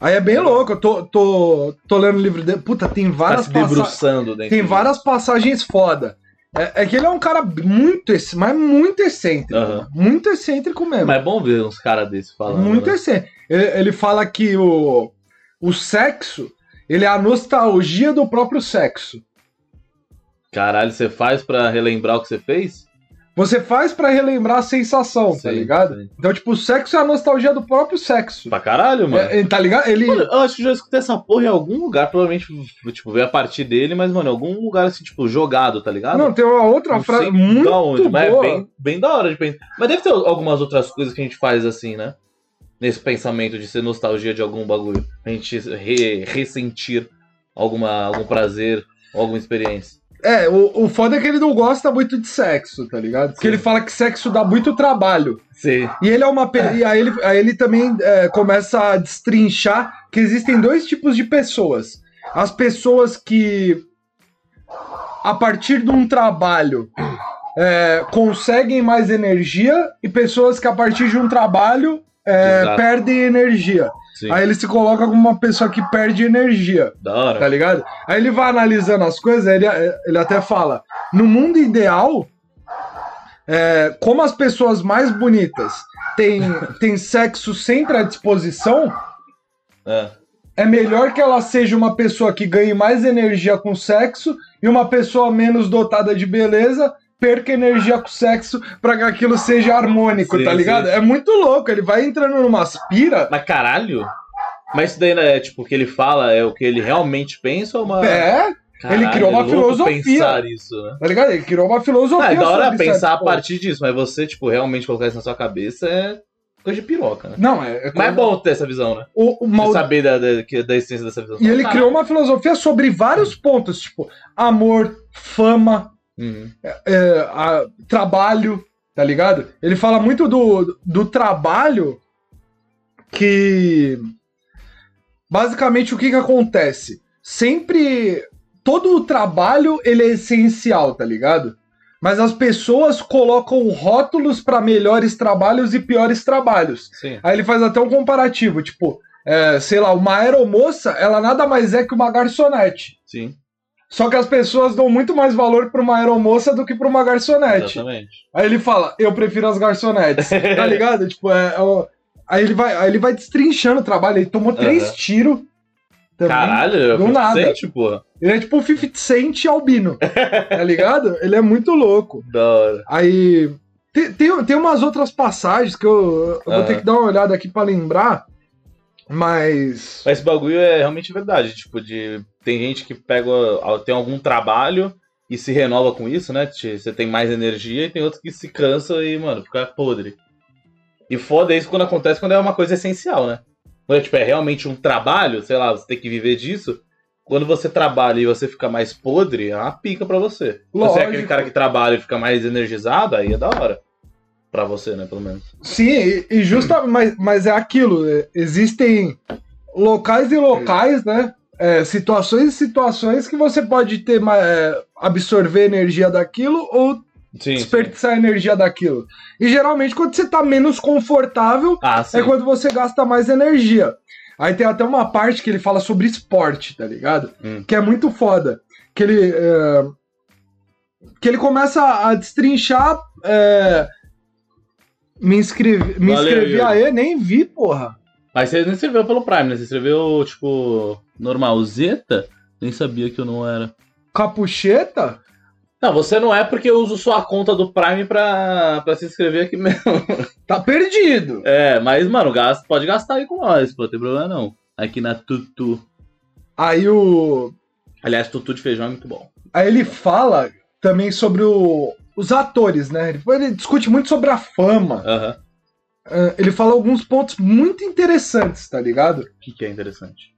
S2: Aí é bem louco, eu tô, tô, tô lendo o livro dele. Puta, tem
S1: Tá
S2: várias
S1: se
S2: passa-
S1: debruçando dentro.
S2: Tem
S1: disso.
S2: várias passagens foda. É, é que ele é um cara muito, ex- mas muito excêntrico.
S1: Aham.
S2: Muito excêntrico mesmo.
S1: Mas é bom ver uns caras desses falando.
S2: muito
S1: né?
S2: excêntrico. Ele, ele fala que o, o sexo, ele é a nostalgia do próprio sexo.
S1: Caralho, você faz pra relembrar o que você fez?
S2: Você faz pra relembrar a sensação, tá
S1: Sim,
S2: ligado?
S1: sim.
S2: Então, tipo, o sexo é a nostalgia do próprio sexo.
S1: Pra caralho, mano.
S2: É, é, tá ligado? Ele.
S1: Mano, eu acho que eu já escutei essa porra em algum lugar, provavelmente, tipo, veio a partir dele, mas, mano, em algum lugar, assim, tipo, jogado, tá ligado?
S2: não, tem uma outra
S1: Não
S2: frase
S1: sei
S2: muito
S1: da onde, mas
S2: boa.
S1: é bem, bem da hora de pensar. Mas deve ter algumas outras coisas que a gente faz assim, né? Nesse pensamento de ser nostalgia de algum bagulho. A gente re- ressentir alguma, algum prazer, alguma experiência.
S2: É, o, o foda é que ele não gosta muito de sexo, tá ligado? Porque
S1: Sim.
S2: ele fala que sexo dá muito trabalho.
S1: Sim.
S2: E ele é uma. pe- E aí ele, aí ele também é, começa a destrinchar que existem dois tipos de pessoas. As pessoas que, a partir de um trabalho, é, conseguem mais energia, e pessoas que, a partir de um trabalho, é,
S1: Exato.
S2: perdem energia.
S1: Sim.
S2: Aí ele se coloca como uma pessoa que perde energia
S1: Da hora.
S2: tá ligado? Aí ele vai analisando as coisas, ele, ele até fala: no mundo ideal, é, como as pessoas mais bonitas têm, têm sexo sempre à disposição,
S1: É.
S2: é melhor que ela seja uma pessoa que ganhe mais energia com sexo e uma pessoa menos dotada de beleza perca energia com sexo pra que aquilo seja harmônico,
S1: Sim,
S2: tá
S1: sim.
S2: ligado? É muito louco, ele vai entrando numa aspira.
S1: Mas caralho? Mas isso daí não é tipo o que ele fala, é o que ele realmente pensa ou uma.
S2: É,
S1: Caralho,
S2: ele criou
S1: é
S2: uma
S1: louco
S2: filosofia.
S1: pensar isso, né?
S2: tá ligado? Ele criou uma filosofia.
S1: Ah, é da hora
S2: sobre
S1: pensar
S2: certas
S1: a
S2: coisas.
S1: partir disso, mas você, tipo, realmente colocar isso na sua cabeça é coisa de piroca, né?
S2: Não, é. é
S1: Mas é bom ter essa visão, né?
S2: O, o mal-
S1: Você Saber da, da, que- da essência dessa visão.
S2: E ele
S1: Caralho.
S2: criou uma filosofia sobre vários pontos, tipo amor, fama,
S1: Uhum.
S2: é, a- trabalho, tá ligado? Ele fala muito do, do trabalho que. Basicamente, o que que acontece? Sempre. Todo o trabalho ele é essencial, tá ligado? Mas as pessoas colocam rótulos para melhores trabalhos e piores trabalhos.
S1: Sim.
S2: Aí ele faz até um comparativo, tipo, é, sei lá, uma aeromoça, ela nada mais é que uma garçonete.
S1: Sim.
S2: Só que as pessoas dão muito mais valor pra uma aeromoça do que pra uma garçonete.
S1: Exatamente.
S2: Aí ele fala, eu prefiro as garçonetes, tá ligado? Tipo, é, é o- aí, ele vai, aí ele vai destrinchando o trabalho, ele tomou três
S1: Aham.
S2: tiros. também.
S1: Caralho, eu
S2: Do nada.
S1: sente, pô.
S2: Ele é tipo o 50 Cent albino, tá ligado? Ele é muito louco.
S1: Da hora.
S2: Aí. Tem, tem, tem umas outras passagens que eu, eu vou
S1: Aham.
S2: ter que dar uma olhada aqui pra lembrar, mas.
S1: Mas esse bagulho é realmente verdade. Tipo, de. Tem gente que pega. tem algum trabalho e se renova com isso, né? Te- Você tem mais energia e tem outros que se cansa e, mano, fica podre. E foda isso quando acontece quando é uma coisa essencial, né? Quando é, tipo, é realmente um trabalho, sei lá, você tem que viver disso. Quando você trabalha e você fica mais podre, é uma pica pra você. Se Você é aquele
S2: Lógico.
S1: cara que trabalha e fica mais energizado, aí é da hora. Pra você, né, pelo menos.
S2: Sim, e, e justa, mas, mas é aquilo. é, Existem locais e locais, né? É, situações e situações que você pode ter ma- é, absorver energia daquilo ou
S1: Sim.
S2: desperdiçar energia daquilo. E geralmente, quando você tá menos confortável,
S1: Ah, sim.
S2: é quando você gasta mais energia. Aí tem até uma parte que ele fala sobre esporte, tá ligado?
S1: Hum.
S2: Que é muito foda. Que ele. é, Que ele começa a destrinchar. é, Me inscrevi, me
S1: Valeu,
S2: inscrevi
S1: Yuri.
S2: aí, nem vi, porra.
S1: Mas você não escreveu pelo Prime, né? Você escreveu, tipo, normalzeta? Nem sabia que eu não era.
S2: Capucheta?
S1: Não, você não é porque eu uso só a conta do Prime pra, pra se inscrever aqui mesmo.
S2: Tá perdido.
S1: É, mas, mano, gasta, pode gastar aí com nós, pô, não tem problema não. Aqui na Tutu.
S2: Aí o.
S1: Aliás, Tutu de feijão é muito bom.
S2: Aí ele fala também sobre o- os atores, né? Ele- ele discute muito sobre a fama.
S1: Aham.
S2: Ah, Ele fala alguns pontos muito interessantes, tá ligado?
S1: O que, que é interessante?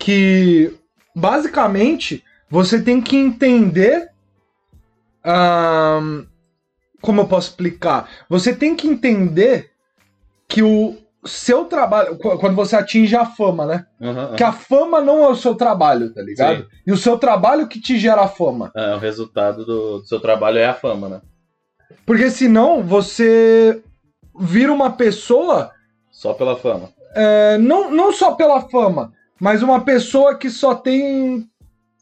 S2: que basicamente você tem que entender. ahn, como eu posso explicar? Você tem que entender que o seu trabalho, qu- quando você atinge a fama, né?
S1: Aham. aham.
S2: Que a fama não é o seu trabalho, tá ligado?
S1: Sim.
S2: E o seu trabalho que te gera a fama.
S1: É, o resultado do, do seu trabalho é a fama, né?
S2: Porque senão você vira uma pessoa,
S1: Só pela fama.
S2: é, não, não só pela fama, mas uma pessoa que só tem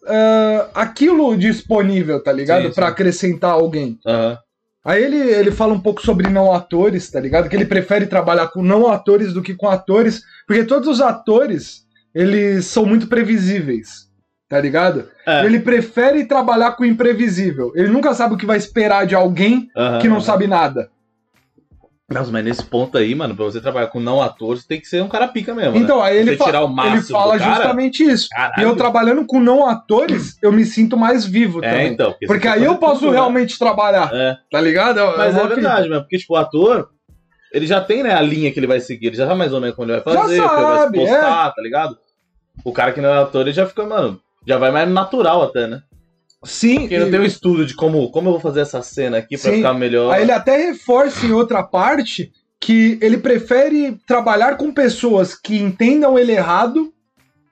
S2: ah, aquilo disponível, tá ligado?
S1: Sim,
S2: Pra
S1: sim.
S2: acrescentar alguém.
S1: Aham.
S2: Aí ele, ele fala um pouco sobre não atores, tá ligado? Que ele prefere trabalhar com não atores do que com atores, porque todos os atores, eles são muito previsíveis, tá ligado?
S1: É.
S2: Ele prefere trabalhar com o imprevisível. Ele nunca sabe o que vai esperar de alguém
S1: Aham,
S2: que não
S1: aham.
S2: sabe nada.
S1: Nossa, mas nesse ponto aí, mano, pra você trabalhar com não ator, você tem que ser um cara pica mesmo. né?
S2: Então, aí ele,
S1: você
S2: fa-
S1: tirar o máximo
S2: ele fala
S1: do cara,
S2: justamente isso. E
S1: Caralho.
S2: eu trabalhando com não atores, eu me sinto mais vivo
S1: É,
S2: também.
S1: então. você
S2: Porque
S1: tá
S2: aí eu
S1: fazendo
S2: posso
S1: tudo, né?
S2: realmente trabalhar,
S1: É.
S2: tá ligado? uma
S1: Mas é
S2: fita.
S1: verdade, mesmo, porque, tipo, o ator, ele já tem, né, a linha que ele vai seguir, ele já sabe mais ou menos como ele vai
S2: Já
S1: fazer, o que ele vai
S2: sabe,
S1: se postar, tá ligado? O cara que não é ator, ele já fica, mano, já vai mais natural até, né?
S2: Sim.
S1: Porque não
S2: e-
S1: tem um estudo de como, como eu vou fazer essa cena aqui pra
S2: Sim.
S1: ficar melhor.
S2: Aí ele até reforça em outra parte que ele prefere trabalhar com pessoas que entendam ele errado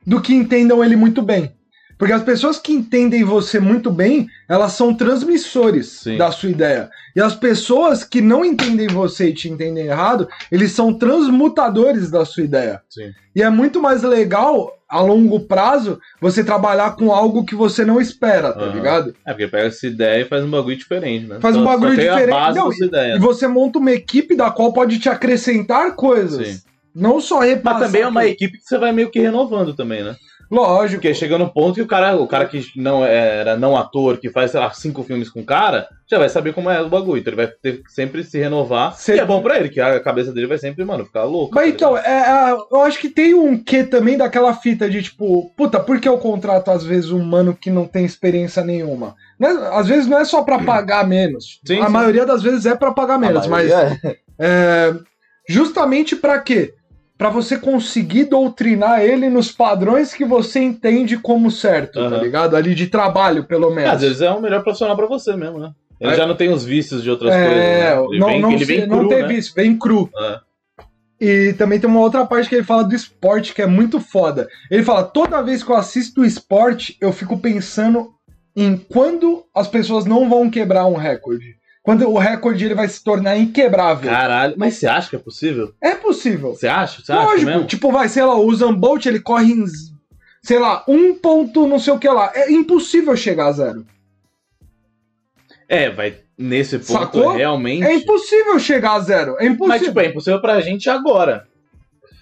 S2: do que entendam ele muito bem. Porque as pessoas que entendem você muito bem, elas são transmissores
S1: Sim.
S2: da sua ideia. E as pessoas que não entendem você e te entendem errado, eles são transmutadores da sua ideia.
S1: Sim.
S2: E é muito mais legal, a longo prazo, você trabalhar com algo que você não espera, tá
S1: Aham.
S2: ligado?
S1: É, porque pega essa ideia e faz um bagulho diferente, né?
S2: Faz um
S1: Só-
S2: bagulho
S1: só tem
S2: diferente.
S1: a base
S2: Não,
S1: dessa ideia. né?
S2: E você monta uma equipe da qual pode te acrescentar coisas.
S1: Sim.
S2: não só repassar.
S1: Mas também é uma
S2: pro-
S1: equipe que você vai meio que renovando também, né?
S2: Lógico.
S1: Porque chega no ponto que o cara, o cara que não é, era não ator, que faz, sei lá, cinco filmes com o cara, já vai saber como é o bagulho. Então ele vai ter que sempre se renovar.
S2: Sempre.
S1: E é bom pra ele, que a cabeça dele vai sempre, mano, ficar louca.
S2: Mas
S1: tá ligado?
S2: então, é, é, eu acho que tem um quê também daquela fita de tipo, puta, por que eu contrato às vezes um mano que não tem experiência nenhuma? Não é- às vezes não é só pra pagar menos.
S1: Sim,
S2: a
S1: sim.
S2: maioria das vezes é pra pagar menos,
S1: A
S2: mas
S1: maioria é.
S2: é, justamente pra quê? Pra você conseguir doutrinar ele nos padrões que você entende como certo, tá
S1: Aham.
S2: ligado? Ali de trabalho, pelo
S1: É, Às
S2: menos.
S1: vezes é o melhor profissional pra você mesmo, né? Ele
S2: É.
S1: já não tem os vícios de outras coisas.
S2: É,
S1: né? Ele
S2: não,
S1: vem,
S2: não,
S1: ele vem
S2: se-
S1: cru,
S2: não teve
S1: né?
S2: isso, bem cru.
S1: É.
S2: E também tem uma outra parte que ele fala do esporte, que é muito foda. Ele fala: toda vez que eu assisto o esporte, eu fico pensando em quando as pessoas não vão quebrar um recorde. Quando o recorde ele vai se tornar inquebrável.
S1: Caralho, mas você acha que é possível?
S2: É possível.
S1: Você acha? Você acha
S2: Lógico.
S1: mesmo?
S2: Tipo, vai, sei lá, o Zambolt ele corre em, sei lá, um ponto não sei o que lá. É impossível chegar a zero.
S1: É, vai. Nesse ponto,
S2: Sacou?
S1: realmente.
S2: É impossível chegar a zero. É impossível.
S1: mas, tipo, é impossível pra gente agora.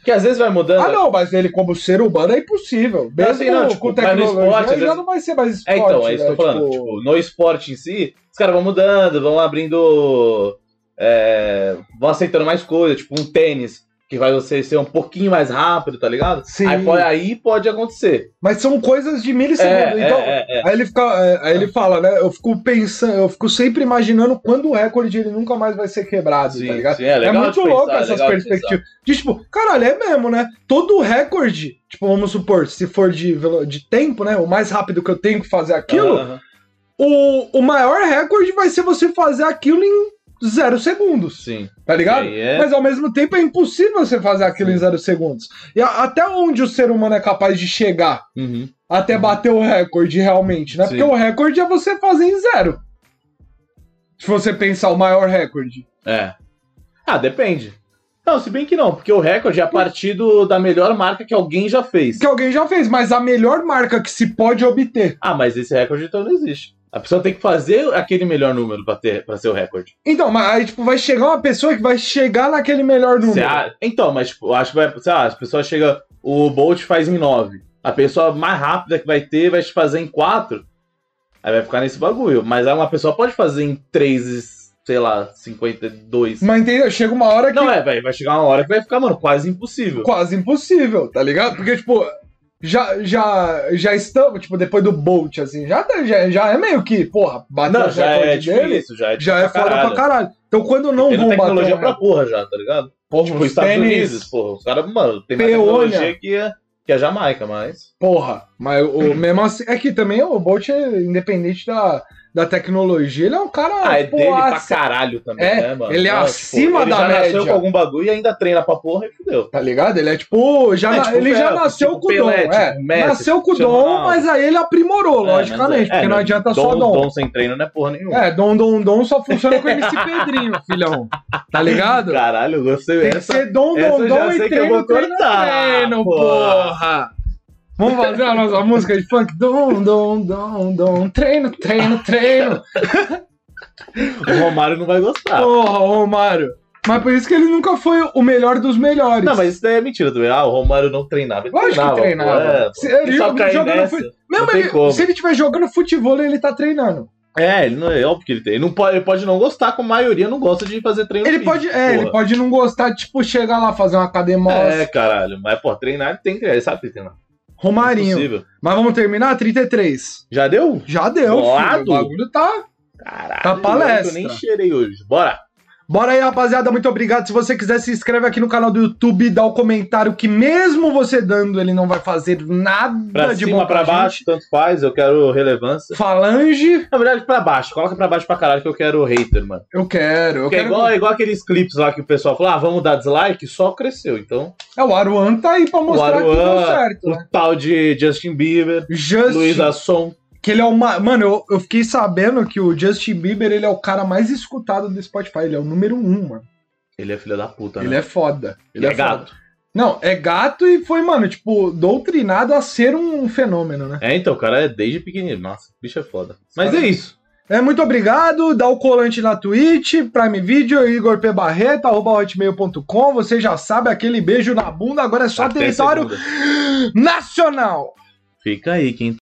S1: Que às vezes vai mudando.
S2: Ah, não, mas ele, como ser humano, é impossível. Mesmo
S1: Assim, não, tipo,
S2: com
S1: mas no
S2: tecnologia,
S1: esporte, às
S2: já
S1: vezes-
S2: não vai ser mais
S1: É,
S2: esporte.
S1: então, é isso que
S2: né?
S1: eu tô falando. Tipo... no esporte em si, os caras vão mudando, vão abrindo. é, vão aceitando mais coisas, tipo um tênis, que vai você ser um pouquinho mais rápido, tá ligado?
S2: Sim.
S1: Aí, pode- aí pode acontecer.
S2: Mas são coisas de
S1: É,
S2: milissegundo. então,
S1: é, é, é.
S2: Aí, ele fica, é, aí ele fala, né? Eu fico pensando, eu fico sempre imaginando quando o recorde ele nunca mais vai ser quebrado,
S1: Sim,
S2: tá ligado?
S1: sim, é,
S2: É
S1: legal de
S2: muito
S1: pensar,
S2: louco
S1: é
S2: essas
S1: legal de
S2: perspectivas. De, tipo, caralho, é mesmo, né? Todo recorde, tipo, vamos supor, se for de, velo- de tempo, né? O mais rápido que eu tenho que fazer
S1: pensar.
S2: aquilo,
S1: Aham.
S2: o, o maior recorde vai ser você fazer aquilo em zero segundos.
S1: Sim.
S2: Tá ligado?
S1: Aí é-
S2: Mas ao mesmo tempo é impossível você fazer aquilo
S1: Sim.
S2: em zero segundos. E a- até onde o ser humano é capaz de chegar
S1: Uhum.
S2: até bater o recorde realmente, né?
S1: Sim.
S2: Porque o recorde é você fazer em zero. Se você pensar o maior recorde.
S1: É. Ah, depende. Não, se bem que não, porque o recorde é a partir do- da melhor marca que alguém já fez.
S2: Que alguém já fez, mas a melhor marca que se pode obter.
S1: Ah, mas esse recorde então não existe. A pessoa tem que fazer aquele melhor número pra, ter, pra ser o recorde.
S2: Então, mas aí tipo, vai chegar uma pessoa que vai chegar naquele melhor número.
S1: Você a- Então, mas tipo, eu acho que vai. Sei lá, as pessoas chegam. O Bolt faz em 9. A pessoa mais rápida que vai ter vai te fazer em 4. Aí vai ficar nesse bagulho. Mas aí uma pessoa pode fazer em 3, sei lá, 52.
S2: Mas entendeu? Chega uma hora que
S1: Não, é, vai, vai chegar uma hora que vai ficar, mano, quase impossível.
S2: quase impossível, tá ligado? Porque, tipo, já, já, já estamos, tipo, depois do Bolt, assim, já, tá- já, já é meio que, porra, bater
S1: Não,
S2: o
S1: já é
S2: recorde dele
S1: difícil, já é
S2: já é foda pra caralho. Então, quando não
S1: Tem
S2: vão bater. né?
S1: tecnologia
S2: o
S1: pra
S2: recorde,
S1: porra já, tá ligado?
S2: porra,
S1: Tipo,
S2: os
S1: Estados
S2: tênis,
S1: Unidos, porra, os caras, mano, tem mais
S2: Peônia.
S1: tecnologia que é, que a Jamaica, mas.
S2: Porra, mas o mesmo assim. É que também o Bolt, é independente da, da tecnologia, ele é um cara.
S1: Ah, é
S2: pô,
S1: dele pra
S2: ace-
S1: caralho também,
S2: É,
S1: né, mano?
S2: ele é
S1: Não,
S2: acima
S1: ele
S2: da
S1: já nasceu
S2: média.
S1: com algum bagulho e ainda treina pra porra e fudeu.
S2: Tá ligado? Ele é tipo. Já,
S1: É,
S2: na-
S1: tipo
S2: ele já
S1: Phelps,
S2: nasceu
S1: tipo
S2: com o dom.
S1: Pelé,
S2: é.
S1: tipo Messi,
S2: nasceu com o
S1: Cristiano
S2: dom,
S1: Ronaldo.
S2: mas aí ele aprimorou, logicamente.
S1: É, mas é-
S2: porque não
S1: é,
S2: adianta só dom.
S1: Dom sem treino não é porra nenhuma.
S2: É, Dom Dom Dom só funciona com MC Pedrinho, filhão. Tá ligado?
S1: Caralho, eu gostei
S2: Tem que
S1: essa.
S2: ser Dom
S1: essa
S2: Dom
S1: eu já
S2: Dom
S1: sei que
S2: e
S1: eu vou
S2: treino, treino,
S1: cortar,
S2: treino, porra. Vamos fazer a nossa música de funk? Dom Dom Dom Dom, treino, treino, treino.
S1: O Romário não vai gostar.
S2: Porra, Romário. Mas por isso que ele nunca foi o melhor dos melhores.
S1: Não, mas isso daí é mentira também. Ah, o Romário não treinava. Ele
S2: Lógico que
S1: treinava.
S2: treinava.
S1: pô, é, pô.
S2: Se ele
S1: Ele só
S2: joga-
S1: cai
S2: joga no
S1: nessa.
S2: fut- Mesmo
S1: tem
S2: ele-
S1: como.
S2: se ele estiver jogando futebol, ele tá treinando.
S1: É, ele não é óbvio que ele tem. Ele, não pode, ele pode não gostar, como a maioria não gosta de fazer treino.
S2: Ele
S1: físico,
S2: pode, é, ele
S1: porra.
S2: pode não gostar, tipo, chegar lá, fazer uma academia.
S1: É, caralho. Mas, pô, treinar ele tem que. Ele sabe que treinar. É
S2: Romarinho.
S1: Impossível.
S2: Mas vamos terminar? 33.
S1: Já deu?
S2: Já deu,
S1: Bolado.
S2: filho. O bagulho tá.
S1: Caralho.
S2: Tá palestra.
S1: Eu nem cheirei hoje. Bora.
S2: Bora aí, rapaziada. Muito obrigado. Se você quiser, se inscreve aqui no canal do YouTube, dá o comentário que mesmo você dando, ele não vai fazer nada
S1: Pra
S2: é de bom
S1: cima, pra
S2: gente.
S1: baixo, tanto faz. Eu quero relevância.
S2: Falange,
S1: Na verdade, pra baixo. Coloca pra baixo pra caralho que eu quero hater, mano.
S2: eu quero. Eu
S1: Porque é
S2: quero...
S1: igual, é igual aqueles clipes lá que o pessoal fala, ah, vamos dar dislike, só cresceu. Então,
S2: É, o Aruan tá aí pra mostrar que deu
S1: Aruan,
S2: certo.
S1: o
S2: né?
S1: tal de Justin Bieber,
S2: Justin,
S1: Luiz Asson.
S2: que ele é uma. Mano, eu, eu fiquei sabendo que o Justin Bieber ele é o cara mais escutado do Spotify. Ele é o número um, mano.
S1: Ele é filho da puta,
S2: Ele
S1: né?
S2: é foda. Ele é,
S1: é
S2: foda.
S1: gato.
S2: Não, é gato e foi, mano, tipo, doutrinado a ser um fenômeno, né?
S1: É, então, o cara é desde pequenino. Nossa, o bicho é foda. Mas é isso.
S2: É, muito obrigado. Dá o colante na Twitch, Prime Video, Igor P. Barreto, arroba hotmail.com. Você já sabe, aquele beijo na bunda, agora é só
S1: Até
S2: território
S1: segunda.
S2: nacional.
S1: Fica aí, quem